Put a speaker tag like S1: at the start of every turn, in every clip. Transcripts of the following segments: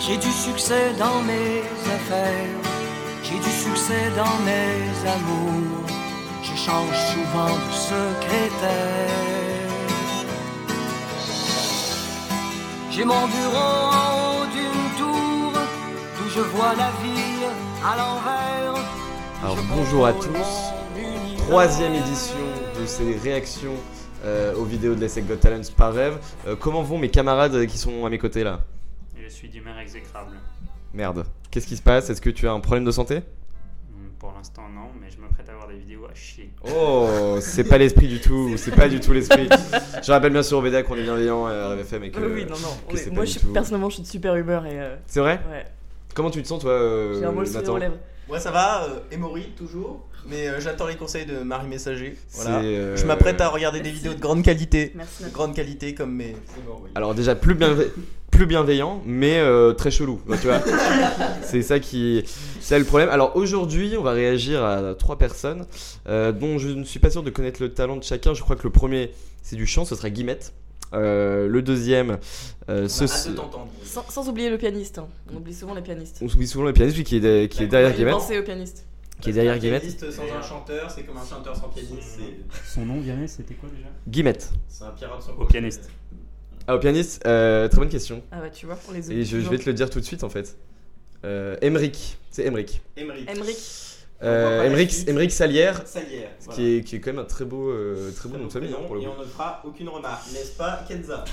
S1: J'ai du succès dans mes affaires, j'ai du succès dans mes amours. Je change souvent de secrétaire. J'ai mon bureau en haut d'une tour, d'où je vois la ville à l'envers.
S2: Alors bonjour à tous, troisième édition de ces réactions euh, aux vidéos de l'ESSEC Got Talents par rêve. Euh, comment vont mes camarades euh, qui sont à mes côtés là
S3: Je suis d'humeur exécrable.
S2: Merde. Qu'est-ce qui se passe Est-ce que tu as un problème de santé
S3: Mm, Pour l'instant, non, mais je me prête à voir des vidéos à chier.
S2: Oh, c'est pas l'esprit du tout, c'est pas du tout l'esprit. Je rappelle bien sûr au VEDA qu'on est bienveillant euh, à RFM et que.
S4: Oui, oui, non, non.
S2: que
S4: on est-
S2: c'est pas
S4: Moi,
S2: du
S4: je suis,
S2: tout-
S4: personnellement, je suis de super humeur et. euh,
S2: C'est vrai
S4: ouais.
S2: Comment tu te sens toi euh,
S4: J'ai un mot le sourire
S2: Nathan
S4: aux lèvres.
S5: Moi ça va, euh, Emory toujours, mais euh, j'attends les conseils de Marie Messager. Voilà.
S2: C'est, euh,
S5: Je m'apprête à regarder des
S4: Merci.
S5: vidéos de grande qualité.
S4: Merci,
S5: De
S4: Nathan.
S5: grande qualité comme mes.
S2: Alors déjà plus bien plus bienveillant, mais euh, très chelou. Enfin, tu vois, c'est ça qui, c'est ça le problème. Alors aujourd'hui, on va réagir à trois personnes euh, dont je ne suis pas sûr de connaître le talent de chacun. Je crois que le premier, c'est du chant, ce sera Guimette. Euh, le deuxième, euh, ce,
S5: On a hâte de t'entendre.
S4: Sans, sans oublier le pianiste. hein. On oublie souvent les pianistes.
S2: on oublie souvent le pianiste lui, qui est, de- qui est
S5: Bah,
S2: derrière
S4: Pensez
S2: Guimette,
S4: aux pianistes.
S2: qui est derrière
S5: Un
S2: Guimette.
S5: pianiste sans un chanteur, c'est comme un chanteur sans pianiste. c'est-
S3: Son nom, Vianney, c'était quoi déjà
S2: Guimette.
S5: C'est un pirate sans
S3: Au pianiste.
S2: Ah au pianiste, euh, très bonne question.
S4: Ah bah tu vois, on les oublie.
S2: Et je, je vais te le dire tout de suite en fait. Euh, Emric, c'est Emric.
S5: Emery.
S4: Emmerich.
S5: On voit
S2: Euh,
S5: pas la
S2: Emric,
S5: suite.
S2: Emric Salière,
S5: Salière.
S2: Ce qui, est, qui est quand même un très beau, euh, très beau nom de famille hein, pour le
S5: Et
S2: coup.
S5: on ne fera aucune remarque, n'est-ce pas, Kenza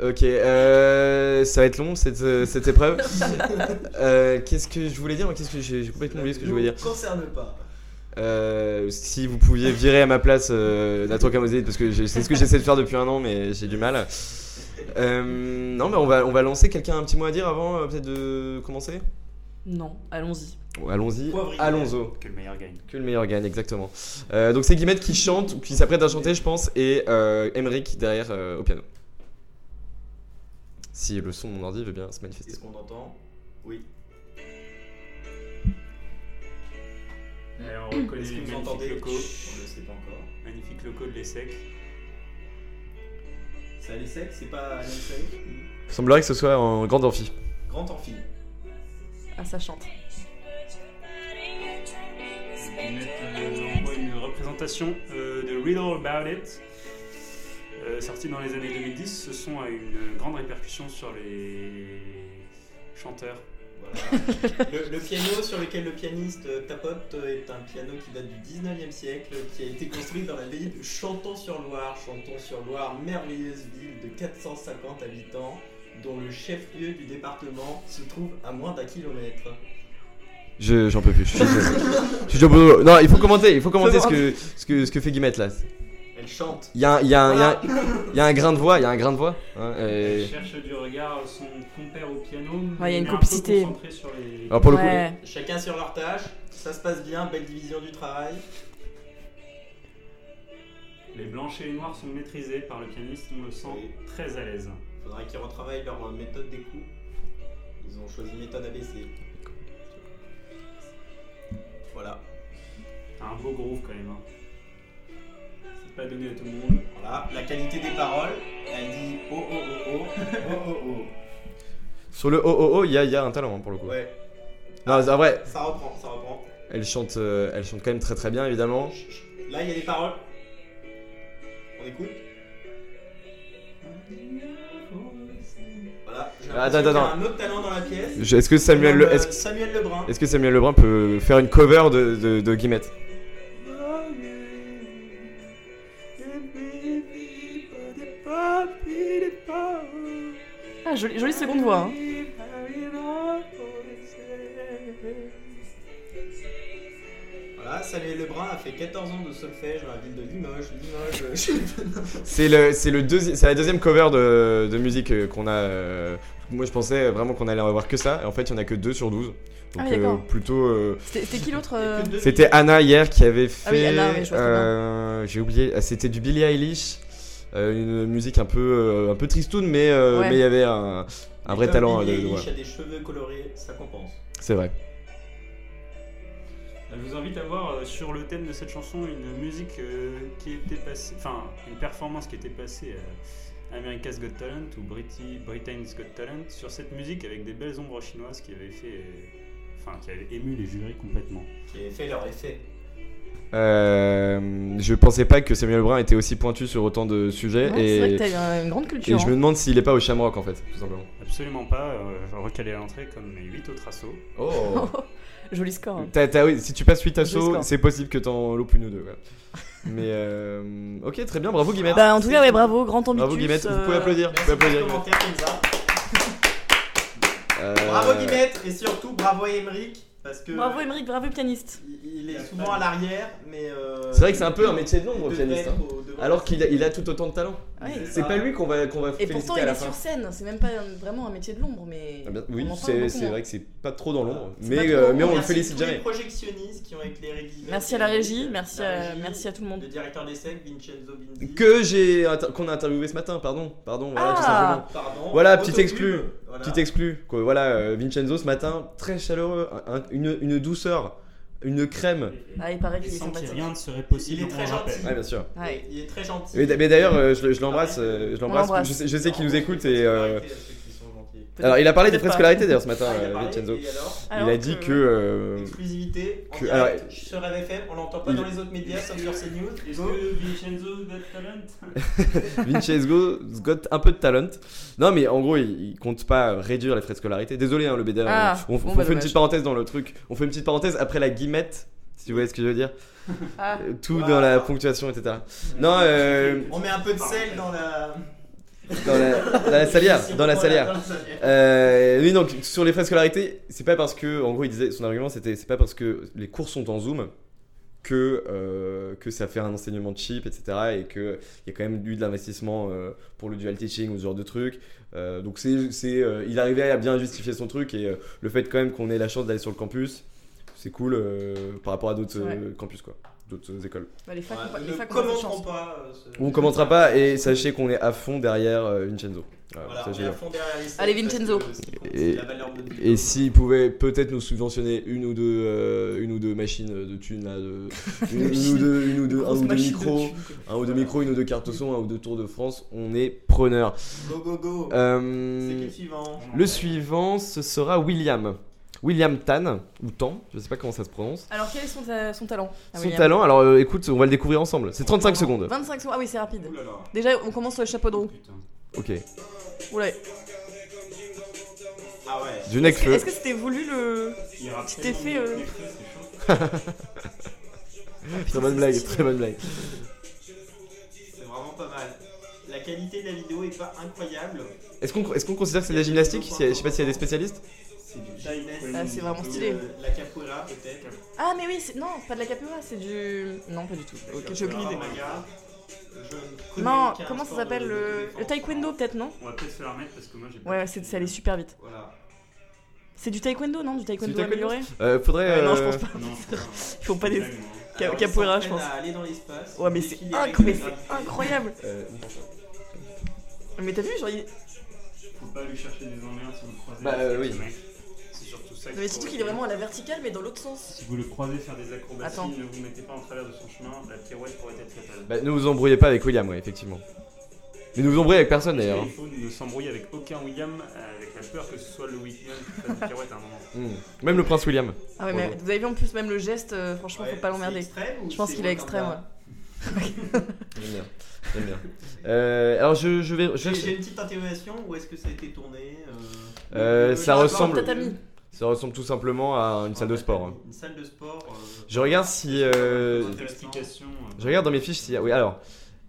S2: Ok, euh, ça va être long cette, euh, cette épreuve. Euh, Qu'est-ce que je voulais dire Qu'est-ce que j'ai j'ai complètement oublié ce que je voulais dire.
S5: Ne concerne pas.
S2: Euh, si vous pouviez virer à ma place euh, Nathan Kamosé, parce que j'ai- c'est ce que j'essaie de faire depuis un an, mais j'ai du mal. Euh, non, mais on va, on va lancer. Quelqu'un a un petit mot à dire avant euh, peut-être de commencer
S4: Non, allons-y.
S2: Bon, Allons-y.
S5: Poivrier.
S2: Allons-y.
S3: Que le meilleur gagne.
S2: Que le meilleur gagne, exactement. Euh, donc c'est Guimette qui chante, ou qui s'apprête à chanter, je pense, et euh, Emmerich derrière euh, au piano. Si le son de mon ordi veut bien se manifester.
S5: Est-ce qu'on entend Oui.
S3: Et on
S5: Mm. Est-ce
S3: reconnaît
S5: que
S3: les
S5: vous
S3: magnifiques
S5: entendez
S3: locaux.
S5: Chut, On ne le sait pas encore.
S3: Magnifique locaux de E l'ESSEC.
S5: C'est à l'ESSEC, c'est pas à l'ESSEC
S2: Il semblerait que ce soit en grande amphi.
S5: Grand amphi.
S4: Ah, ça chante.
S3: Guillemette euh, envoie une représentation euh, de Riddle About It. euh, sortie dans les années 2010, ce son a eu une grande répercussion sur les chanteurs.
S5: Voilà. le, le piano sur lequel le pianiste euh, tapote euh, est un piano qui date du 19e siècle, qui a été construit dans la ville de Chanton-sur-Loire. Chanton-sur-Loire, merveilleuse ville de 450 habitants, dont le chef-lieu du département se trouve à moins d'un kilomètre.
S2: Je, j'en peux plus. Je suis, je suis au bout. Non, il faut commenter, il faut commenter ce que, ce que, ce que fait Guimette là.
S5: Elle chante.
S2: Il y a, un- il y a un- il y a un- il y a un grain de voix, il y a un grain de voix. hein, et-
S3: Elle cherche du regard son compère au piano.
S4: Ouais, il y a
S3: mais
S4: une
S3: est un peu
S4: complicité.
S3: concentré sur les-
S2: Alors pour le coup,
S4: ouais.
S5: Chacun sur leur tâche, ça se passe bien, belle division du travail.
S3: Les blancs et les noirs sont maîtrisés par le pianiste, on le sent
S5: Oui.
S3: très à l'aise.
S5: Faudrait qu'ils retravaillent leur euh, méthode des coups. Ils ont choisi méthode ABC. Voilà,
S3: T'as un beau groove quand même. hein. C'est pas donné à tout le monde.
S5: voilà. La qualité des paroles, elle dit oh oh oh oh oh oh
S2: sur le oh oh oh, il y a, il y a un talent hein, pour le
S5: oh.
S2: coup.
S5: Ouais,
S2: Non, c'est en vrai,
S5: ça reprend, ça reprend.
S2: elle chante, euh, elle chante quand même très très bien évidemment.
S5: Là, il y a les paroles. On écoute. Voilà. J'ai
S2: Attends,
S5: l'impression qu'il y a
S2: attends,
S5: Un autre talent dans la pièce.
S2: Je- Est-ce que Samuel,
S5: Comme,
S2: le,
S5: euh,
S2: est-ce,
S5: Samuel Lebrun.
S2: Est-ce que Samuel Lebrun peut faire une cover de, de, de Guillemette
S4: Ah, jolie, jolie seconde voix. hein.
S5: Voilà, Samuel Lebrun a fait 14 ans de solfège dans la ville de Limoges. Limoges. euh, je-
S2: C'est, le, c'est, le deuxi- c'est la deuxième cover de, de musique euh, qu'on a. euh, moi je pensais vraiment qu'on allait en avoir que ça, et en fait il y en a que 2 sur 12. Donc
S4: Ah oui, d'accord.
S2: plutôt. euh,
S4: C'était c'était qui l'autre euh,
S2: C'était Anna hier qui avait fait.
S4: Ah oui, Anna, oui, je vois très
S2: euh, j'ai oublié, ah, c'était du Billie Eilish. euh, une musique un peu, euh, un peu tristoune, mais euh,
S4: Ouais.
S2: mais il y avait un, un vrai
S5: Comme
S2: talent.
S5: Billie
S2: euh, de- de-
S5: Eilish
S2: ouais.
S5: a des cheveux colorés, ça compense.
S2: C'est vrai.
S3: Je vous invite à voir euh, sur le thème de cette chanson une musique euh, qui était passée, enfin une performance qui était passée euh, America's Got Talent ou Briti- Britain's Got Talent sur cette musique avec des belles ombres chinoises qui avaient fait. euh, Enfin, qui avaient ému les jurys complètement.
S5: qui a fait leur effet.
S2: Euh, je pensais pas que Samuel Brun était aussi pointu sur autant de sujets
S4: Ouais, C'est vrai
S2: et,
S4: que t'as une- une grande
S2: et
S4: culture.
S2: je me
S4: hein.
S2: demande s'il est pas au Shamrock en fait, tout simplement.
S3: Absolument pas, euh, genre recalé à l'entrée comme les 8 autres assauts.
S2: Oh.
S4: Joli score. hein.
S2: T'as- t'as- oui, si tu passes 8
S4: Je
S2: assos,
S4: score.
S2: c'est possible que t'en loupes une ou deux. quoi. Mais euh, ok, très bien, bravo Guimet.
S4: Bah, en tout cas, ouais, bravo, grand ambitus.
S2: bravo Guimet, vous
S4: euh,
S2: pouvez applaudir. vous
S5: Merci
S2: pouvez
S5: pour les
S2: applaudir, Guimet.
S5: commentaires comme ça.
S2: Euh,
S5: Bravo Guimette et surtout bravo à Emeric parce que
S4: Bravo Émeric, bravo pianiste.
S5: il il est souvent à l'arrière mais euh,
S2: C'est vrai que c'est un peu un métier de
S5: il
S2: nombre,
S5: devrait
S2: pianiste. hein.
S5: être au devant.
S2: Alors qu'il a, il a tout autant de talent.
S4: Ouais.
S5: C'est
S2: C'est
S5: ça.
S2: pas lui qu'on va, qu'on va
S4: Et
S2: féliciter
S4: pourtant,
S2: à
S4: il
S2: la
S4: est
S2: fin.
S4: sur scène. C'est même pas un- vraiment un métier de l'ombre, mais.
S2: Ah bien,
S4: on
S2: oui,
S4: en parle
S2: c'est
S4: beaucoup
S2: c'est
S4: moins.
S2: vrai que c'est pas trop dans l'ombre,
S4: C'est
S2: mais,
S4: pas trop
S2: euh, mais
S4: dans
S2: on
S4: l'ombre,
S2: le
S5: Merci
S2: félicite
S5: tous les
S2: jamais.
S5: projectionnistes qui ont éclairé Guimette. euh,
S4: Merci à la régie, merci
S5: La
S4: à,
S5: régie,
S4: merci à tout le monde.
S5: Le directeur des secs, Vincenzo Vindi.
S2: Que j'ai inter- qu'on a interviewé ce matin, pardon, pardon, voilà, tout
S4: Ah.
S2: simplement.
S5: Pardon.
S2: Voilà, petit
S5: Autocube,
S2: exclu.
S5: voilà.
S2: Petit exclu, quoi. Voilà, euh, Vincenzo ce matin, très chaleureux, un- un- une, une douceur, une crème.
S4: Ah, il paraît
S3: Et
S4: qu'il est
S3: sans qui
S4: sympathique.
S3: rien ne serait possible.
S5: Il est très
S3: on le rappelle.
S5: gentil.
S2: Ouais, bien sûr.
S4: Ouais.
S5: Il est très gentil.
S2: Mais, d- mais d'ailleurs, euh, je, je l'embrasse,
S5: Ah
S2: euh, je l'embrasse.
S4: l'embrasse.
S2: Je sais, je sais qu'il nous
S5: Non,
S2: écoute
S5: faut arrêter
S2: et. euh,
S5: à ceux qui sont gentils.
S2: Alors, il a parlé des
S4: Peut-être
S2: frais
S4: pas.
S2: scolarités d'ailleurs ce matin,
S5: Ah, il a
S2: euh,
S5: parlé,
S2: Vincenzo.
S5: et alors
S4: Ah,
S2: Il a dit que. euh,
S5: Exclusivité, en
S2: que-
S5: direct,
S2: alors,
S5: sur RFM, on l'entend pas
S2: il-
S5: dans les autres médias, sauf sur CNews.
S3: Est-ce
S5: Go.
S3: que Vincenzo Got Talent
S2: Vincenzo got un peu de talent. Non, mais en gros, il, il compte pas réduire les frais de scolarité. Désolé, hein, le BDR.
S4: Ah,
S2: on on fait
S4: bon, bah,
S2: une
S4: dommage.
S2: petite parenthèse dans le truc. On fait une petite parenthèse après la guimette, si vous voyez ce que je veux dire.
S4: Ah.
S2: Euh, Tout
S5: Wow.
S2: dans la ponctuation, etc. Non, euh,
S5: On met un peu de sel dans la.
S2: dans la, dans la salière. Dans la salière.
S5: Dans la salière.
S2: Euh, oui, donc sur les frais de scolarité, c'est pas parce que, en gros, il disait, son argument c'était, c'est pas parce que les cours sont en Zoom que, euh, que ça fait un enseignement cheap, etc. Et qu'il y a quand même eu de l'investissement euh, pour le dual teaching ou ce genre de truc. Euh, donc c'est, c'est, euh, il arrivait à bien justifier son truc et euh, le fait quand même qu'on ait la chance d'aller sur le campus, c'est cool euh, par rapport à d'autres
S4: Ouais.
S2: euh, campus, quoi, d'autres euh, écoles.
S4: Bah, les facs ont pas-
S5: Ouais,
S4: les
S5: ne
S4: facs ont pas cette chance.
S5: commenterons pas. euh, ce-
S2: On commentera pas et sachez qu'on est à fond derrière euh, Vincenzo. Voilà,
S5: Voilà, on
S2: sachez-le.
S5: est à fond derrière les secs
S4: Allez,
S5: parce que
S4: Vincenzo.
S5: ce qui compte,
S2: Et-
S5: c'est la valeur de notre
S2: Et
S5: vidéo.
S2: s'ils pouvaient peut-être nous subventionner une ou deux, euh, une ou deux machines de thunes, là, de, une, une ou deux, une ou deux, un
S4: Grosse
S2: ou deux
S4: machine de
S2: micros,
S4: cul.
S2: un ou deux micros, une ou deux cartes son, un ou deux tours de France, on est preneur.
S5: Go, go, go. C'est qui
S2: Euh,
S5: le suivant
S2: le suivant, ce sera William. William Tan, ou Tan, je sais pas comment ça se prononce.
S4: Alors, quel est son, ta- son talent Ah,
S2: Son
S4: William.
S2: talent, alors euh, écoute, on va le découvrir ensemble. C'est 35 secondes.
S4: 25 secondes. Ah oui, c'est rapide.
S5: Ouh là là.
S4: Déjà, on commence sur le chapeau de roue.
S3: Putain.
S2: Ok.
S4: Oula.
S5: Ah ouais.
S2: Du next feu.
S4: Est-ce que c'était voulu le.
S3: Il rappe
S4: Tu t'es
S3: tellement
S4: fait,
S3: bien,
S4: euh,
S3: mec, c'est chaud.
S2: Très bonne blague, très bonne blague.
S5: C'est vraiment pas mal. La qualité de la vidéo est pas incroyable.
S2: Est-ce qu'on est qu'on considère que c'est de la gymnastique Si- Je sais pas s'il y a des spécialistes.
S5: C'est du divest.
S4: Ah, c'est vraiment
S5: de
S4: stylé.
S5: Euh, La capoeira peut-être.
S4: Ah, mais oui, c'est. Non, c'est pas de la capoeira, c'est du. Non, pas du tout. Ok, j'ai aucune idée.
S5: Maga. Je ne connais
S4: Non,
S5: aucun
S4: comment ça
S5: sport de-
S4: s'appelle
S5: de
S4: le...
S5: défense.
S4: le taekwondo, peut-être, non
S3: On va peut-être se la remettre parce que moi j'ai pas.
S4: Ouais, c'est, ça allait super vite.
S5: Voilà.
S4: C'est du taekwondo, non Du taekwondo
S2: taekwondo
S4: amélioré
S2: Euh, faudrait.
S4: Ouais, non, je
S2: euh,
S4: pense pas.
S3: Non,
S4: Ils font pas des. Ca-
S5: Alors, ils
S4: capoeira, je
S5: s'entraînent
S4: pense.
S5: à aller dans l'espace.
S4: Ouais, mais
S5: Ils
S4: c'est,
S5: défilent les
S4: inc-
S5: règles
S4: mais
S5: de
S4: c'est
S5: gravité.
S4: incroyable
S2: euh,
S4: Mais t'as vu, genre, il-
S3: Faut pas lui chercher des emmerdes si vous le croisez.
S2: Bah, euh, oui.
S3: ce mec. C'est surtout ça.
S4: Non,
S3: qu'il
S4: mais
S3: faut
S4: surtout qu'il est
S3: retenir.
S4: vraiment à la verticale, mais dans l'autre sens.
S3: Si vous le croisez faire des acrobaties,
S4: Attends.
S3: ne vous mettez pas en travers de son chemin, la pirouette pourrait être fatale.
S2: Bah, ne vous embrouillez pas avec William, ouais, effectivement. Mais ne vous embrouillez avec personne
S3: Et
S2: d'ailleurs. hein.
S3: Il faut ne s'embrouiller avec aucun William, euh, avec la peur que ce soit le William qui fasse des pirouettes à un moment.
S2: Hmm. Même le prince William.
S4: Ah ouais, mais
S2: Ouais.
S4: vous avez vu en plus, même le geste, euh, franchement,
S5: Ouais,
S4: faut pas
S5: c'est
S4: l'emmerder.
S5: extrême ou
S4: Je pense
S5: c'est
S4: qu'il est
S5: moins comme
S4: extrême,
S5: ça
S4: ouais.
S2: J'aime bien. J'aime bien. Euh, alors je, je vais.
S5: J'ai- J'ai
S2: Je,
S5: une petite interrogation, où est-ce que ça a été tourné euh,
S2: Euh,
S5: le-
S2: ça
S5: le-
S2: ressemble-
S5: le-
S4: Tatami.
S2: ça ressemble tout simplement à une salle de sport. hein.
S5: Une salle de sport. euh,
S2: Je regarde si. euh,
S5: Intéressant.
S3: Explication. euh,
S2: je regarde dans mes fiches si. Oui, alors.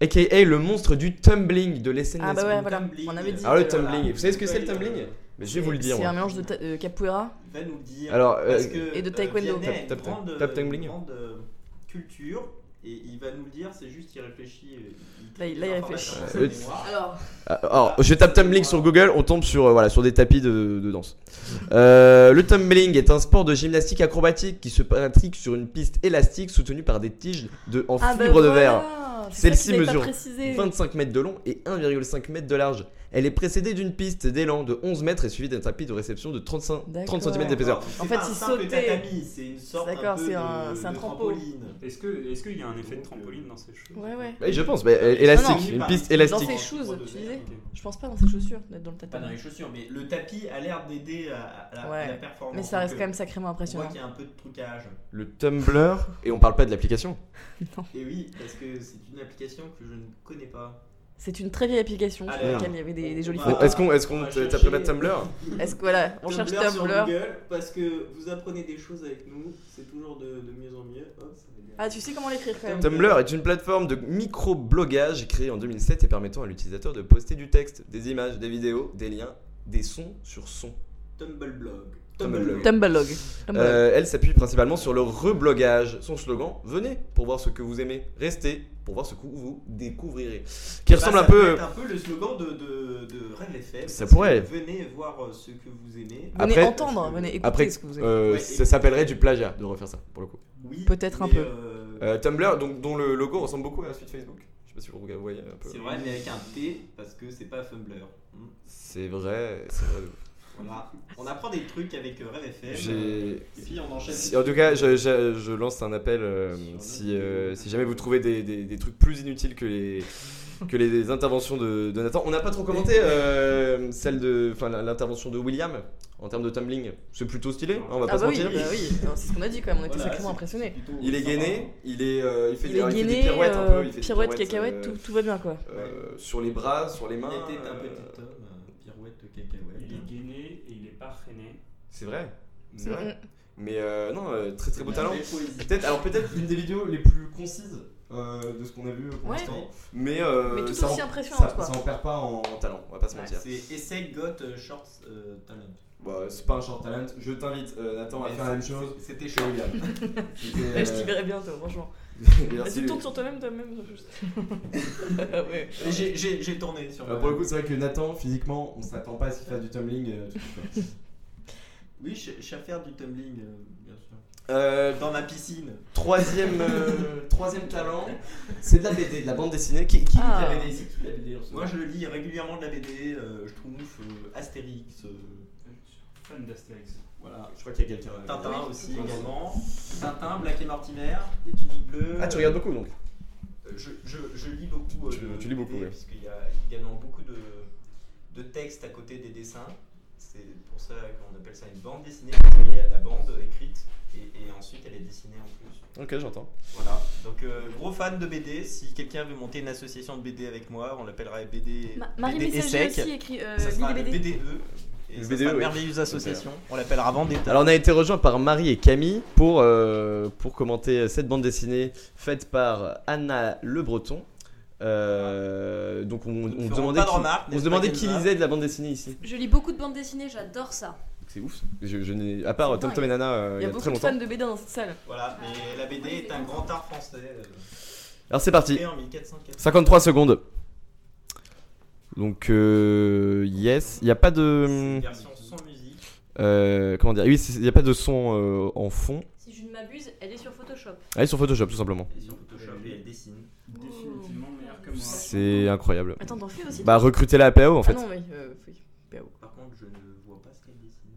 S2: AKA le monstre du tumbling de l'SNSP.
S4: Ah bah ouais, voilà,
S5: tumbling.
S4: on avait dit.
S2: Alors Ah, le
S4: euh,
S2: tumbling, vous savez ce que c'est le tumbling Mais je vais vous le dire.
S4: C'est
S2: moi.
S4: un mélange de ta- euh, capoeira.
S5: Il va nous le dire.
S2: Alors, euh,
S5: Parce que,
S4: et de
S5: euh,
S4: taekwondo.
S5: Vianney a une
S2: Tap- tap-
S5: grande,
S2: tap- tumbling.
S5: une grande euh, culture et il va nous le dire, c'est juste qu'il réfléchit. euh, il
S4: Là, il-
S5: trie
S4: là, il
S5: les informations
S4: réfléchit.
S5: dans
S2: Euh,
S5: sa mémoire.
S4: Alors,
S2: Alors, je tape tumbling sur Google, on tombe sur, euh, voilà, sur des tapis de, de danse. Euh, le tumbling est un sport de gymnastique acrobatique qui se pratique sur une piste élastique soutenue par des tiges de,
S4: ah, bah
S2: en fibre de verre. Celle-ci mesure 25 mètres de long et 1,5 mètre de large. Elle est précédée d'une piste d'élan de 11 mètres et suivie d'un tapis de réception de 35 30
S4: D'accord.
S2: cm d'épaisseur.
S4: En
S5: C'est
S4: fait,
S5: pas un
S4: il
S5: simple
S4: sautait.
S5: tatami, c'est une sorte
S4: D'accord,
S5: un peu
S4: c'est
S5: de-
S4: un- c'est un
S5: de
S4: trampo.
S5: trampoline.
S3: Est-ce que- est-ce qu'il y a un effet de trampoline dans ces choses
S4: Ouais, ouais.
S2: Oui, je pense, mais euh, élastique,
S5: Non, non.
S2: une piste
S4: Dans
S2: élastique.
S4: ses shoes, tu disais
S3: Ok.
S4: Je pense pas dans ses chaussures d'être dans le
S5: Pas dans
S4: tatami.
S5: les chaussures, mais le tapis a l'air d'aider à, à la, à
S4: Ouais.
S5: la performance.
S4: Mais ça reste
S5: Donc,
S4: quand même sacrément
S5: euh, On voit
S4: impressionnant.
S5: qu'il y a un peu de trucage.
S2: Le Tumblr, et on parle pas de l'application.
S5: Et oui, parce que c'est une application que je ne connais pas.
S4: C'est une très vieille application sur
S5: Allez.
S4: laquelle il y avait des, des jolies
S5: Ah.
S2: Bon,
S4: photos.
S2: Est-ce qu'on est qu'on
S5: On va
S2: t-
S5: chercher.
S2: taperait pas Tumblr
S4: Est-ce que voilà, on cherche
S5: Tumblr sur
S4: Tumblr
S5: Google, parce que vous apprenez des choses avec nous, c'est toujours de, de mieux en mieux. Hop, ça va bien.
S4: Ah, tu sais comment l'écrire quand même.
S2: Tumblr est une plateforme de micro-blogage créée en 2007 et permettant à l'utilisateur de poster du texte, des images, des vidéos, des liens, des sons sur son.
S5: Tumbleblog.
S2: Tumbleblog.
S4: Tumblelog. Tumblelog.
S2: Euh, elle s'appuie principalement sur le reblogage. Son slogan Venez pour voir ce que vous aimez, restez pour voir ce que vous découvrirez. Qui ressemble
S5: Bah,
S2: un
S5: ça peut
S2: peu. euh,
S5: être un peu le slogan de, de, de Rêve FM.
S2: Ça
S5: parce que
S2: pourrait.
S5: Venez voir euh, ce que vous aimez.
S4: venez
S2: après-
S4: entendre, venez écouter
S2: après-
S4: ce que vous aimez.
S2: euh,
S5: Ouais,
S2: ça
S5: et-
S2: s'appellerait du plagiat de refaire ça pour le coup.
S5: Oui,
S4: Peut-être un
S5: mais,
S4: peu.
S5: euh,
S2: Euh, Tumblr, donc, dont le logo ressemble beaucoup à la suite Facebook. Je sais pas si vous voyez un peu.
S5: c'est vrai, mais avec un T, parce que c'est pas Fumbler. Hmm.
S2: C'est vrai. c'est vrai.
S5: Voilà. On apprend des trucs avec euh, Rêve FM.
S2: J'ai.
S5: Et puis on enchaîne.
S2: Si- en tout cas, je, je- je lance un appel euh, si, euh, si jamais vous trouvez des, des- des trucs plus inutiles que les, que les interventions de, de Nathan. On n'a pas trop commenté euh, celle de, enfin, la- l'intervention de William en termes de tumbling. C'est plutôt stylé, hein, on va
S4: Ah
S2: pas se
S4: bah oui,
S2: mentir.
S4: bah oui. Non, c'est ce qu'on a dit quand même, on était
S5: Voilà,
S4: sacrément
S5: c'est-
S4: impressionnés.
S5: c'est plutôt
S2: Il est
S5: sympa.
S2: gainé, il est, euh, il fait,
S4: Il
S2: des,
S4: est
S2: il fait des
S4: gainé,
S2: pirouettes un peu,
S4: euh,
S2: il fait des
S4: pirouette,
S2: euh,
S4: cacahuète, tout, tout va bien quoi.
S2: euh, sur les bras, sur les mains.
S5: Il était un
S2: euh,
S5: petit homme, euh, pirouette, cacahuète.
S3: Il est gainé et il est pas freiné.
S2: C'est vrai, c'est
S4: Mm,
S2: vrai.
S4: mm.
S2: Mais euh, non, euh, très très beau
S5: Belle
S2: talent.
S5: poésie.
S2: Peut-être, alors peut-être l'une des vidéos les plus concises euh, de ce qu'on a vu pour
S4: Ouais.
S2: l'instant. Mais, euh,
S4: Mais tout
S2: ça
S4: aussi
S2: en-
S4: impressionnante,
S2: ça,
S4: quoi.
S2: ça en perd pas en, en talent, on va pas se
S4: Ouais.
S2: mentir.
S5: C'est Essay Got euh, Shorts euh, Talent.
S2: Bah, c'est pas un short talent. Je t'invite, euh, Nathan, à
S5: Mais
S2: faire la même chose.
S5: C'était
S2: Chez
S5: chaud.
S2: William. C'était, euh,
S4: je t'y verrai bientôt, franchement.
S2: merci,
S4: Vas-y,
S2: lui.
S4: tourne sur toi-même, toi-même. ouais.
S5: Mais j'ai- J'ai j'ai tourné sur
S2: Euh, pour le coup, c'est vrai que Nathan, physiquement, on s'attend pas à ce qu'il fasse du tumbling. euh, tout de suite, quoi.
S5: Oui, je je sais faire du tumbling, euh, bien sûr.
S2: Euh,
S5: Dans ma piscine.
S2: troisième, euh, troisième talent, c'est de la BD, de la bande dessinée. Qui, qui lit
S4: Ah.
S2: de la BD ici Qui lit de la BD en ce
S5: Moi,
S2: moment
S5: je lis régulièrement de la BD, euh, je trouve euh, Astérix, euh,
S3: Je suis fan d'Astérix.
S5: voilà.
S2: Je crois qu'il y a quelqu'un. euh,
S5: Tintin aussi
S3: je pense.
S5: également. Tintin, Black et Mortimer, Les Tuniques Bleues.
S2: Ah, tu regardes beaucoup donc
S5: Euh, Je, je, je lis beaucoup. euh,
S2: Tu-
S5: de
S2: tu lis beaucoup,
S5: BD,
S2: ouais.
S5: Parce qu'il y a également beaucoup de, de textes à côté des dessins. C'est pour ça qu'on appelle ça une bande dessinée. parce qu'il y a la bande écrite et, et ensuite elle est dessinée en plus.
S2: Ok, j'entends.
S5: Voilà. Donc euh, gros fan de BD. Si quelqu'un veut monter une association de BD avec moi, on l'appellera BD.
S4: Ma- Marie
S5: BD
S4: Messager
S5: Essec.
S4: aussi écrit euh,
S5: ça sera
S4: Lily
S5: le
S4: BD.
S5: BDE. Et
S2: Le
S5: ça
S2: BDE,
S5: sera
S2: ouais.
S5: Merveilleuse Association. On l'appellera Vendetta.
S2: E, Alors on a été rejoint par Marie et Camille pour, euh, pour commenter cette bande dessinée faite par Anna Le Breton. Euh, donc on, on
S5: Nous ne ferons
S2: demandait
S5: pas de
S2: qui,
S5: remarques,
S2: on
S5: n'est-ce
S2: se
S5: pas,
S2: demandait qui
S5: Kenza
S2: lisait de la bande dessinée ici.
S6: Je lis beaucoup de bandes dessinées, j'adore ça.
S2: C'est ouf. Je, je n'ai- à part euh, Tom Tom et Nana euh, il
S4: Il y a
S2: très
S4: beaucoup de
S2: longtemps.
S4: fans de BD dans cette salle.
S5: Voilà. Mais la BD est un grand art français.
S2: Alors c'est parti.
S5: Et en 1404.
S2: 53 secondes. Donc euh, yes, il n'y a pas
S5: C'est
S2: de
S5: une version sans musique.
S2: euh, comment dire, oui, c'est- il n'y a pas de son euh, en fond.
S6: Si je ne m'abuse, elle est sur Photoshop.
S2: Allez sur Photoshop tout simplement.
S5: Et sur
S2: euh,
S5: Photoshop et elle dessine.
S3: Définitivement meilleur que moi.
S2: C'est incroyable.
S4: Attends, t'en fais aussi
S2: Bah recrutez la PAO en
S4: Ah
S2: fait.
S4: non, mais euh, oui. PAO.
S5: Par contre, je ne vois pas ce qu'elle dessine.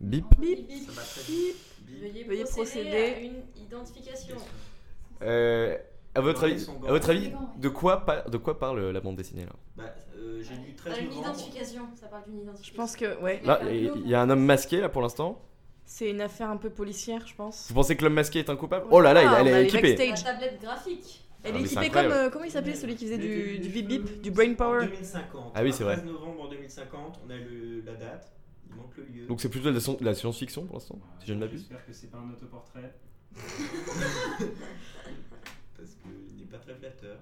S2: Bip.
S6: Bip.
S5: Ça va très
S4: Bip.
S5: vite.
S6: Veuillez,
S4: Veuillez
S6: procéder,
S4: procéder.
S6: à une identification.
S2: Euh, à votre
S5: Ouais, ils
S2: avis,
S5: sont
S2: à votre
S5: grands.
S2: avis, de quoi pa- de quoi parle euh, la bande dessinée là
S5: Bah, euh, j'ai lu
S6: À
S5: 13
S6: une
S5: novembre.
S6: identification, ça parle d'une identification.
S4: Je pense que, ouais,
S2: Là, il y a un homme masqué là pour l'instant.
S4: c'est une affaire un peu policière, je pense.
S2: Vous pensez que l'homme masqué est un coupable Oh là là, il-
S4: Ah,
S2: elle
S4: on a
S2: est
S4: les
S2: équipée.
S4: backstage.
S6: La tablette graphique.
S2: Ah,
S4: Elle est
S2: mais c'est
S4: équipée comme.
S2: incroyable.
S4: euh, comment il s'appelait celui qui faisait du, du bip bip Du brain
S5: En
S4: power
S5: 2050.
S2: Ah oui, c'est vrai.
S5: Le 13 novembre en 2050, on a le, la date. Il manque le lieu.
S2: Donc c'est plutôt de la, son- de la science-fiction pour l'instant,
S3: Ouais,
S2: si je ne m'abuse.
S3: J'espère que c'est pas un autoportrait.
S5: Parce qu'il n'est pas très flatteur.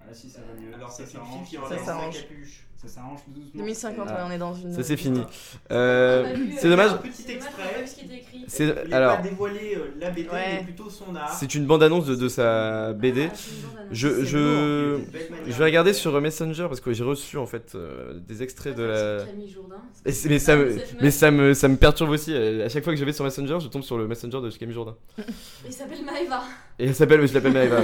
S3: Ah si, ça va mieux.
S5: Alors, c'est une fille
S3: s'arrange,
S5: qui
S3: ça
S5: enlève sa
S3: s'arrange.
S4: s'arrange.
S5: capuche.
S3: Ça s'arrange doucement.
S4: 2050,
S2: Ah.
S4: ouais, on est dans une.
S2: Ça c'est fini.
S4: Ah,
S6: On a
S4: bah,
S2: Euh,
S6: vu,
S2: c'est
S6: euh,
S2: dommage.
S5: un petit
S6: c'est dommage qu'on a
S5: extrait.
S6: pas vu ce qui était écrit.
S2: C'est
S5: Il n'a pas
S2: alors,
S5: dévoilé euh, la BD,
S4: Ouais.
S5: mais plutôt son art.
S2: c'est une bande annonce de, de sa BD.
S6: Ah, c'est une bande-annonce.
S2: Je
S4: c'est
S2: je
S5: lourd. Belle manière.
S2: je vais regarder sur euh, Messenger parce que j'ai reçu en fait euh, des extraits de la.
S6: Camille Jourdain.
S2: Et c'est- Mais ça, me, mais ça me ça me perturbe aussi. Euh, À chaque fois que je vais sur Messenger, je tombe sur le Messenger de Camille Jourdain.
S6: Il s'appelle Maeva.
S2: Et elle s'appelle, je l'appelle Maëva.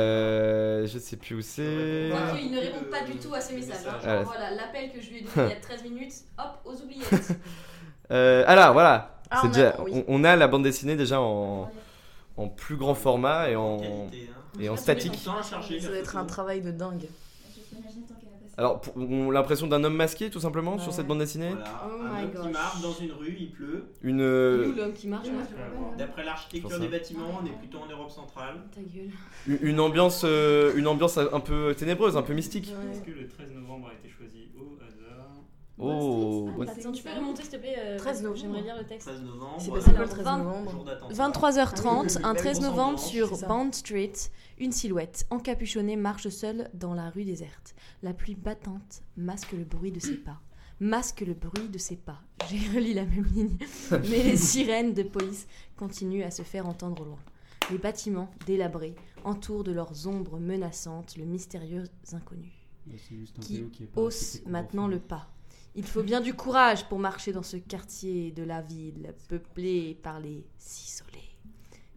S2: Euh, je sais plus où c'est.
S5: Ah.
S6: Mathieu, il ne répond pas du tout à ce message. hein.
S5: Message.
S2: Ah, là.
S6: Genre, voilà, l'appel que je lui ai donné il y a 13 minutes, hop, aux oubliettes.
S2: Euh, alors voilà,
S4: Ah,
S2: C'est
S4: on a-
S2: déjà-
S4: oui.
S2: on, on a la bande dessinée déjà en,
S6: Ouais.
S2: en plus grand format et en,
S5: Qualité, hein.
S2: et
S4: Ah,
S2: en
S6: Je sais pas si
S2: statique.
S5: Temps à charger,
S4: Ça
S5: la
S4: doit être
S5: photo.
S4: un travail de dingue.
S6: Je peux imaginer tant qu'elle a passé.
S2: Alors, pour- on- l'impression d'un homme masqué tout simplement sur
S4: Ouais.
S2: cette bande dessinée
S5: Voilà,
S4: Oh
S5: un
S4: my
S5: homme qui
S4: gosh.
S5: marche dans une rue, il pleut.
S2: Une.
S6: Nous,
S2: euh,
S6: l'homme qui marche, moi, je le
S3: Ouais,
S6: vois pas, là.
S5: D'après l'architecture
S2: Sur ça.
S5: des bâtiments, on est plutôt en Europe centrale.
S6: Ta gueule.
S2: Une une ambiance, euh, une ambiance un peu ténébreuse, un peu mystique.
S3: Est-ce que le 13 novembre a été choisi au hasard
S2: Oh,
S6: Ah,
S2: bonne-
S6: Attends, tu peux remonter s'il te plaît euh,
S4: 13 novembre.
S6: J'aimerais lire le texte.
S5: 13 novembre.
S4: C'est
S5: euh,
S4: passé quoi
S6: Alors,
S4: le 13
S6: vingt-
S4: novembre
S5: jour d'attente.
S7: 23h30, un 13 novembre sur
S4: C'est ça.
S7: Bond Street, une silhouette encapuchonnée marche seule dans la rue déserte. La pluie battante masque le bruit de ses pas. Masque le bruit de ses pas. J'ai relu la même ligne. Mais les sirènes de police continuent à se faire entendre au loin. Les bâtiments, délabrés, entourent de leurs ombres menaçantes le mystérieux inconnu qui hausse maintenant le pas. Il faut bien du courage pour marcher dans ce quartier de la ville peuplé par les cisolés,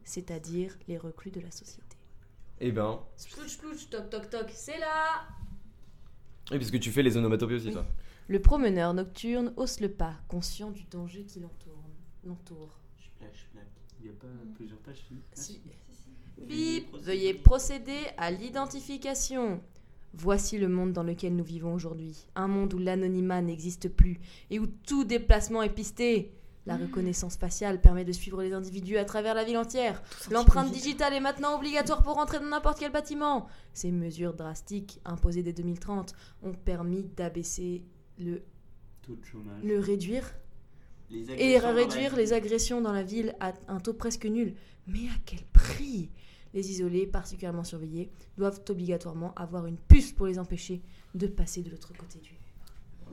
S7: c'est-à-dire les reclus de la société.
S2: Eh ben.
S6: Splouch, splouch, toc, toc, toc, c'est là
S2: Oui, parce que tu fais les onomatopées aussi, toi.
S7: Le promeneur nocturne hausse le pas, conscient du danger qui l'entoure. l'entoure.
S3: Il n'y a pas plusieurs pages si Ah,
S7: Si-
S5: Veuillez
S7: Mm. Bip,
S5: procéder.
S7: veuillez procéder à l'identification. Voici le monde dans lequel nous vivons aujourd'hui. Un monde où l'anonymat n'existe plus et où tout déplacement est pisté. La reconnaissance faciale permet de suivre les individus à travers la ville entière. L'empreinte digitale est maintenant obligatoire pour entrer dans n'importe quel bâtiment. Ces mesures drastiques, imposées dès 2030, ont permis d'abaisser le,
S3: Taux de chômage.
S7: le réduire
S5: Les
S7: et
S5: agressions dans la
S7: réduire
S5: vie.
S7: les agressions dans la ville à un taux presque nul. Mais à quel prix Les isolés, particulièrement surveillés, doivent obligatoirement avoir une puce pour les empêcher de passer de l'autre côté du.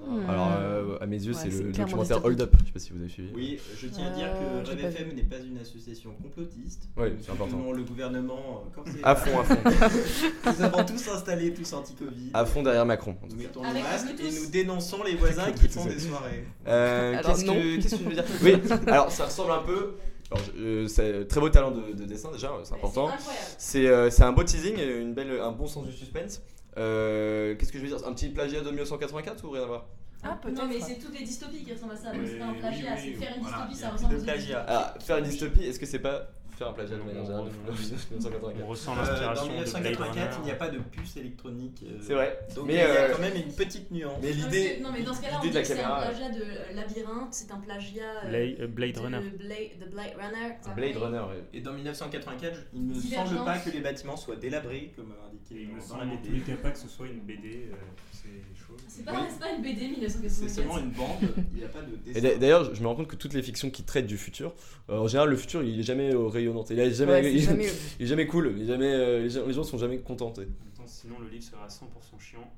S7: Hmm.
S2: Alors, euh, à mes yeux,
S7: Ouais,
S2: c'est
S7: c'est
S2: le
S7: clairement
S2: documentaire
S7: dystopique.
S2: Hold Up. Je sais pas si vous avez suivi.
S5: Oui, je tiens à dire
S7: Euh,
S5: que
S7: j'ai
S5: Rêve
S7: pas
S5: FM n'est pas une association complotiste.
S2: Oui,
S5: Nous
S2: c'est important.
S5: soutenons Le gouvernement, euh, comme c'est.
S2: À fond, à fond.
S5: Nous avons tous installé tous anti-Covid.
S2: à fond derrière Macron. en tout
S5: Nous
S2: cas.
S5: mettons
S6: Avec
S5: nos masques
S6: le
S5: et
S6: Bluetooth.
S5: nous dénonçons les voisins
S2: Avec
S5: qui
S2: le
S5: font
S2: Bluetooth.
S5: des soirées.
S2: Euh,
S4: Alors,
S2: qu'est-ce,
S4: non.
S2: que, qu'est-ce que je veux dire Oui, alors ça ressemble un peu. Alors, je- euh, c'est très beau talent de, de dessin déjà, c'est important.
S6: incroyable.
S2: C'est, euh, c'est un beau teasing, et une belle, un bon sens du suspense. Euh, qu'est-ce que je veux dire Un petit plagiat de 1984 ou rien à voir
S4: Ah,
S6: Non, mais
S4: peut-être.
S6: c'est toutes les dystopies qui ressemblent à ça.
S3: Oui,
S6: Donc c'est un
S3: oui,
S6: plagiat.
S3: oui,
S6: C'est
S3: oui,
S6: faire une
S5: voilà,
S6: dystopie,
S5: il y
S6: ça
S5: a
S6: ressemble
S5: plus de
S6: à
S5: plagiat.
S2: Alors, faire une dystopie, est-ce que c'est pas faire un plagiat de manière générale de 1984
S3: On ressent
S5: Euh,
S3: l'inspiration de
S5: dans
S3: Blade
S5: 1984,
S3: Runner.
S5: il n'y a pas de puce électronique. euh,
S2: C'est vrai.
S5: Donc
S2: Mais,
S5: il y a
S2: euh,
S5: quand même une petite nuance.
S2: Mais
S6: Non, mais
S2: l'idée,
S6: c'est- Non, mais dans ce cas-là, on
S2: l'idée
S6: dit
S2: de la
S6: que c'est un
S2: caméra.
S6: plagiat de euh, Labyrinthe, c'est un plagiat. euh,
S3: Blade, euh, Blade
S6: de
S3: Runner.
S6: Blade, de Blade Runner. t'as
S2: Blade
S6: compris
S2: Runner, ouais.
S5: Et dans 1984, je- il ne
S6: Divergence.
S5: semble pas que les bâtiments soient délabrés, comme indiqué
S3: Et il me
S5: dans la
S3: semble en tous les
S5: BD.
S3: cas pas que ce soit une BD, euh, c'est chaud.
S6: C'est pas,
S5: Oui.
S6: c'est pas une BD
S5: C'est seulement
S6: 1984.
S5: une bande, il n'y a pas de dessin.
S2: Et d'a- d'ailleurs, je- je me rends compte que toutes les fictions qui traitent du futur, euh, en général, le futur, il est jamais euh, rayonnant. Il est jamais,
S4: Ouais, c'est
S2: il,
S4: jamais-
S2: il est jamais cool. Il est jamais, euh, les, gens, les gens sont jamais contents. tu sais.
S3: En même temps, sinon le livre sera 100% chiant.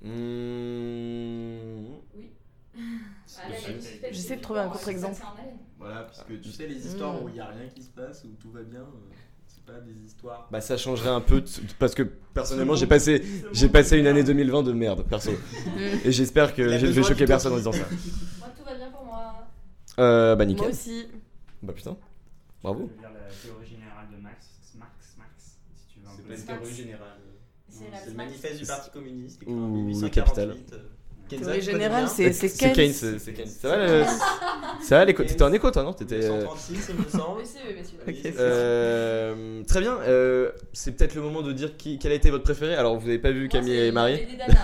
S2: Mmh.
S6: Ah, là, il y a du suspense,
S4: J'essaie
S6: c'est
S4: de trouver un
S6: flippant, ouais,
S4: contre-exemple.
S6: c'est ça, c'est un malaise.
S5: Voilà, puisque tu sais, les histoires
S4: Mm.
S5: où il n'y a rien qui se passe, où tout va bien, euh, c'est pas des histoires.
S2: Bah ça changerait un peu t- parce que personnellement j'ai passé j'ai passé une année 2020 de merde perso et j'espère
S5: Il
S2: que
S5: a
S2: je vais
S5: besoin
S2: choquer
S5: d'une
S2: personne en
S5: tortue.
S2: disant ça.
S6: Moi, tout va bien pour moi.
S2: Euh, bah
S4: Moi
S2: nickel.
S4: aussi.
S2: Bah putain.
S3: Je
S2: Bravo.
S3: vais lire la théorie générale de Max, Max, Max, si tu veux un
S5: C'est
S3: peu.
S5: pas une
S6: Max.
S5: théorie générale.
S6: C'est
S5: C'est le
S6: la
S5: manifeste du
S2: C'est-
S5: Parti communiste. écrit en
S2: Ou le
S5: 1848, euh, Keynes
S4: Théorie
S5: connaît
S4: générale,
S5: bien.
S4: c'est Ah.
S2: C'est Keynes. C'est c'est Keynes. Ça va le... Ça va l'écho.
S5: Keynes.
S2: T'étais en écho toi non T'étais. euh,
S5: 1936, il me semble.
S6: Oui, c'est messieurs.
S5: Oui, c'est ça.
S2: Euh, très bien, euh, c'est peut-être le moment de dire qui, quel a été votre préféré. Alors, vous n'avez pas vu
S6: Moi,
S2: Camille
S6: c'est
S2: et Marie.
S6: BD d'Anna.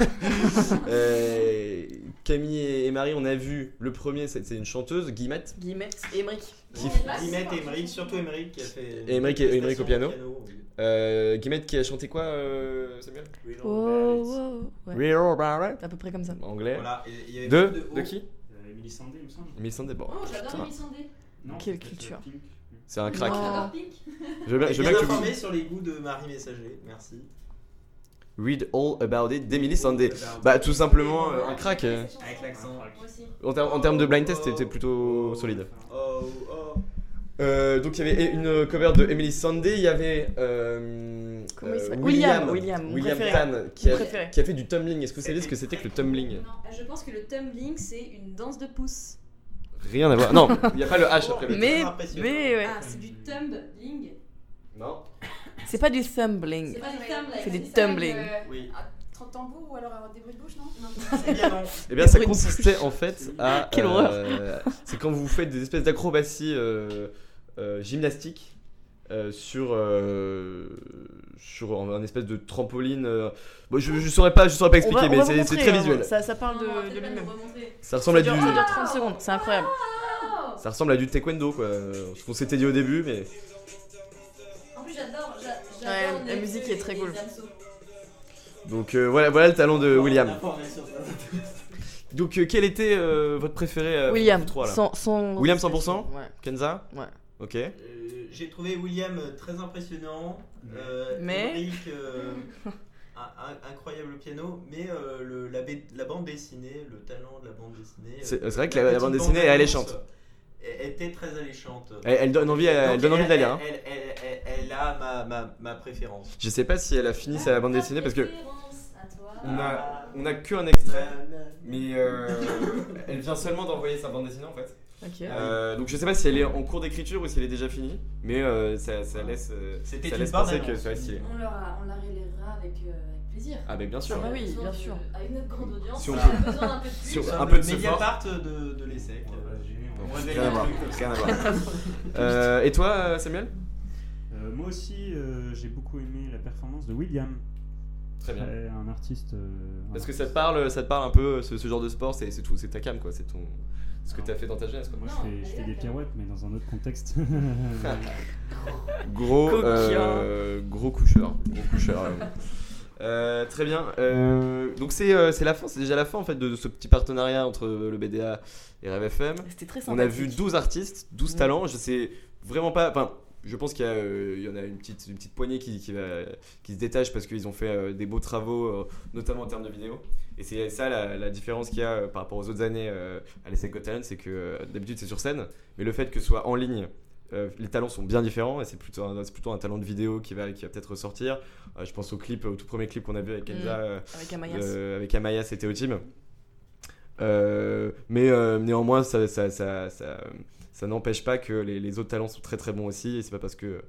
S2: Euh, Camille et Marie, on a vu le premier, c'est c'est une chanteuse, Guillemette.
S4: Guillemette et Émeric.
S2: Qui-
S5: Guillemette et Emmerich, surtout Emmerich qui a fait. une
S2: Emmerich et- Emmerich au
S5: prestation
S2: piano. Euh, Guillemette qui a chanté quoi, euh, Samuel
S3: Real
S4: Oh,
S3: Bad.
S4: wow. Ouais,
S2: Real Barrett.
S4: à peu près comme ça.
S2: Anglais.
S5: Voilà, et- et il y avait
S2: De,
S5: beaucoup
S2: de
S5: hauts.
S2: qui
S3: Euh, Emily Sandé, il me semble.
S2: Emily Sandé, bon.
S6: Oh,
S2: putain,
S6: j'adore Emily Sandé.
S3: Non,
S4: Quelle
S3: peut-être, euh,
S4: culture.
S3: Pink.
S2: C'est un crack.
S4: Oh.
S6: J'adore Pink.
S2: Je veux bien, je veux
S5: Bien
S2: bien que
S5: informé
S2: vous.
S5: sur les goûts de Marie Messager, merci.
S2: Read all about it d'Emily Sandé. Bah, tout simplement, euh, un crack. euh.
S5: Avec l'accent.
S6: Moi aussi.
S2: En, ter- en termes de blind test, c'était plutôt solide.
S5: Oh, oh.
S2: Euh, donc il y avait une cover de Emily Sandé, il y avait euh,
S4: Comment il
S2: euh,
S4: s'appelle
S2: William,
S4: William, mon
S2: William
S4: préféré.
S2: Tan qui
S4: Mon
S2: a,
S4: préféré.
S2: qui a fait du tumbling. Est-ce que vous savez ce que c'était que le tumbling
S6: Non, je pense que le tumbling, c'est une danse de pouce.
S2: Rien à voir. Ah, Non, il n'y a Ah. pas le H après le.
S4: Mais,
S5: impressionnant.
S4: mais ouais.
S6: Ah, c'est du tumbling.
S2: Non.
S4: C'est pas du tumbling.
S6: C'est pas des tumblings.
S4: C'est des
S6: ça avec,
S4: tumbling.
S6: euh,
S5: Oui.
S6: Un tambour ou alors euh, des bruits de bouche, non Non,
S5: Eh bien non.
S2: Eh bien, ça
S4: Bruit de bouche.
S2: consistait en fait à.
S4: Quelle
S2: euh,
S4: horreur.
S2: C'est quand vous faites des espèces d'acrobaties euh, euh, gymnastiques euh, sur euh, sur un, un espèce de trampoline. euh. Bon, je, je saurais pas, je saurais pas
S4: On
S2: expliquer,
S4: va- on
S2: mais
S4: va
S2: c'est-
S4: vous
S2: c'est
S4: montrer,
S2: très
S4: hein,
S2: visuel.
S4: Ça, ça parle
S6: euh, non,
S4: de,
S6: arrêtez
S4: de
S6: pas de
S4: lui-même.
S6: nous remontrer.
S2: Ça ressemble à
S4: Ça
S2: du,
S4: dure- ça dure 30 secondes, c'est incroyable.
S6: Oh
S2: ça ressemble à du taekwondo quoi. euh, Ce qu'on s'était dit au début, mais
S6: En plus, j'adore. j'a-
S4: Ouais,
S6: j'adore
S4: la
S6: les
S4: musique
S6: feux
S4: est très
S6: et les
S4: cool.
S6: hameçons.
S2: donc euh, voilà, voilà le talent de William.
S5: Information, ça.
S2: Donc euh, quel était euh, votre préféré euh,
S4: William,
S2: vous trois, là
S4: sans- sans-
S2: William 100%
S4: Ouais.
S2: Kenza.
S4: Ouais.
S2: Ok.
S5: Euh, J'ai trouvé William euh, très impressionnant. euh,
S4: Mais-
S5: Ulrich, euh, un- un- incroyable au piano, mais euh, le- la, ba- la bande dessinée, le talent de la bande dessinée. euh,
S2: C'est c'est vrai que la, la
S5: petite
S2: bande dessinée est
S5: annonce,
S2: alléchante.
S5: euh, Elle était très alléchante.
S2: Elle, elle donne envie, elle,
S5: Donc,
S2: donne envie de la lire. hein.
S5: Elle, elle- elle- elle- elle a ma, ma- ma préférence.
S2: Je sais pas si elle a fini sa bande dessinée parce que
S6: Préférence à toi.
S2: on
S5: Ah.
S2: a, on a que un
S5: Na-
S2: extrait,
S5: na-
S2: mais euh, elle vient seulement d'envoyer sa bande dessinée en fait. Euh,
S4: Ok.
S2: Ah.
S5: Ah
S2: donc je sais pas si elle est en cours d'écriture ou si elle est déjà finie, mais euh, ça, ça laisse, euh,
S5: Ah. C'était
S2: ça
S5: une
S2: laisse
S5: bande
S2: penser que
S5: annonce.
S2: ça va être stylé.
S6: On leur a- on la relèvera avec euh, avec plaisir.
S2: Ah, bah bien sûr.
S4: Ah bah
S2: ouais.
S4: oui,
S6: Besoin
S4: bien
S6: de-
S4: sûr.
S6: Avec notre grande audience,
S2: Si on
S6: on
S2: peut-
S6: a besoin d'un peu de
S2: si on-
S6: pub.
S5: Sur
S2: un
S5: bah, le
S2: peu de ce
S5: Mediapart de, de l'ESSEC.
S3: On va se gêner, on va-
S5: On révèle
S2: Rien à
S5: des
S2: voir.
S5: trucs comme ça.
S2: Rien à voir. Euh, et toi, euh, Samuel
S3: Euh, moi aussi, euh, j'ai beaucoup aimé la performance de William,
S2: Très
S3: Euh, un artiste. euh,
S2: Parce
S3: un
S2: que ça te parle, ça te parle un peu ce, ce genre de sport, c'est c'est tout, c'est ta cam quoi, c'est ton, ce que t'as fait dans ta jeunesse quoi.
S3: Moi,
S6: Non,
S3: je fais, je fais des
S6: d'accord.
S3: pirouettes, mais dans un autre contexte. Euh,
S2: Gros,
S4: Coquin.
S2: euh, gros coucheur. Gros coucheur euh. Euh, très bien. euh, donc c'est euh, c'est la fin, c'est déjà la fin en fait de, de ce petit partenariat entre le BDA et Rêve FM.
S4: C'était très
S2: On
S4: sympa.
S2: a vu 12 artistes, 12
S4: Mm.
S2: talents. Je sais vraiment pas. Enfin, je pense qu'il y, a, euh, il y en a une petite, une petite poignée qui, qui, va- qui se détache parce qu'ils ont fait euh, des beaux travaux, euh, notamment en termes de vidéo. Et c'est ça la, la différence qu'il y a euh, par rapport aux autres années euh, à l'essai Got Talent, c'est que euh, d'habitude c'est sur scène, mais le fait que ce soit en ligne. euh, les talents sont bien différents et c'est plutôt, un- c'est plutôt un talent de vidéo qui va, qui va peut-être ressortir. Euh, je pense au clip, au tout premier clip qu'on a vu avec Kenza euh,
S4: Avec Amayas.
S2: euh, avec Amaya, c'était au team. Euh, mais euh, néanmoins, ça, ça, ça, ça, ça n'empêche pas que les, les autres talents sont très très bons aussi. Et c'est pas parce que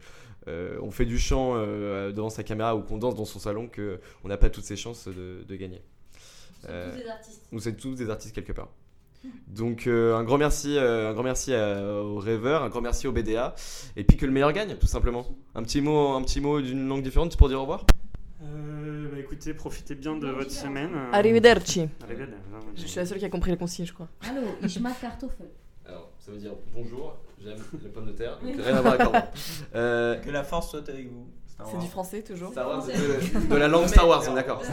S2: euh, on fait du chant euh, devant sa caméra ou qu'on danse dans son salon que on n'a pas toutes ses chances de, de gagner.
S6: Ils sont
S2: Euh,
S6: tous des artistes.
S2: Nous sommes tous des artistes quelque part. Donc euh, un grand merci, euh, un grand merci à- aux rêveurs, un grand merci au BDA, et puis que le meilleur gagne tout simplement. Un petit mot, un petit mot d'une langue différente pour dire au revoir.
S3: Euh, bah, écoutez, profitez bien de
S6: Non,
S3: votre
S6: je-
S3: semaine. euh,
S4: Arrivederci.
S3: Arrivederci.
S4: Je suis la seule qui a compris les consignes, je crois.
S6: Allô, ich mag Kartoffel.
S2: Alors, ça veut dire bonjour, j'aime les pommes de terre, donc rien à voir avec Star Wars. Euh,
S5: Que la force soit avec vous. Star
S4: C'est
S5: Wars.
S4: du français toujours.
S2: Star Wars, de, de la langue Star Wars, on est d'accord.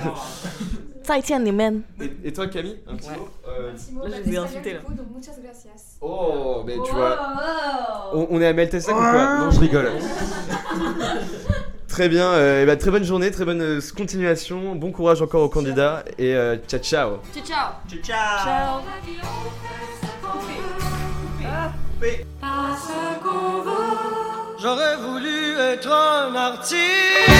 S4: Titan Amen.
S2: Et, et toi, Camille, un petit
S4: Ouais.
S2: mot Euh,
S8: Simon,
S4: Là, je
S8: bah,
S4: vous ai
S8: t'es
S4: insulté,
S8: espagnol, du coup, donc pues, muchas gracias.
S2: Oh, mais tu
S6: Oh,
S2: vois,
S6: oh, oh.
S2: on, on est à Meltessac ou quoi Non, je rigole. très bien, euh, eh ben, très bonne journée, très bonne euh, continuation, bon courage encore aux candidats et euh, ciao ciao.
S6: Ciao, ciao.
S5: Ciao, ciao.
S4: Ciao.
S1: J'aurais voulu être un artiste.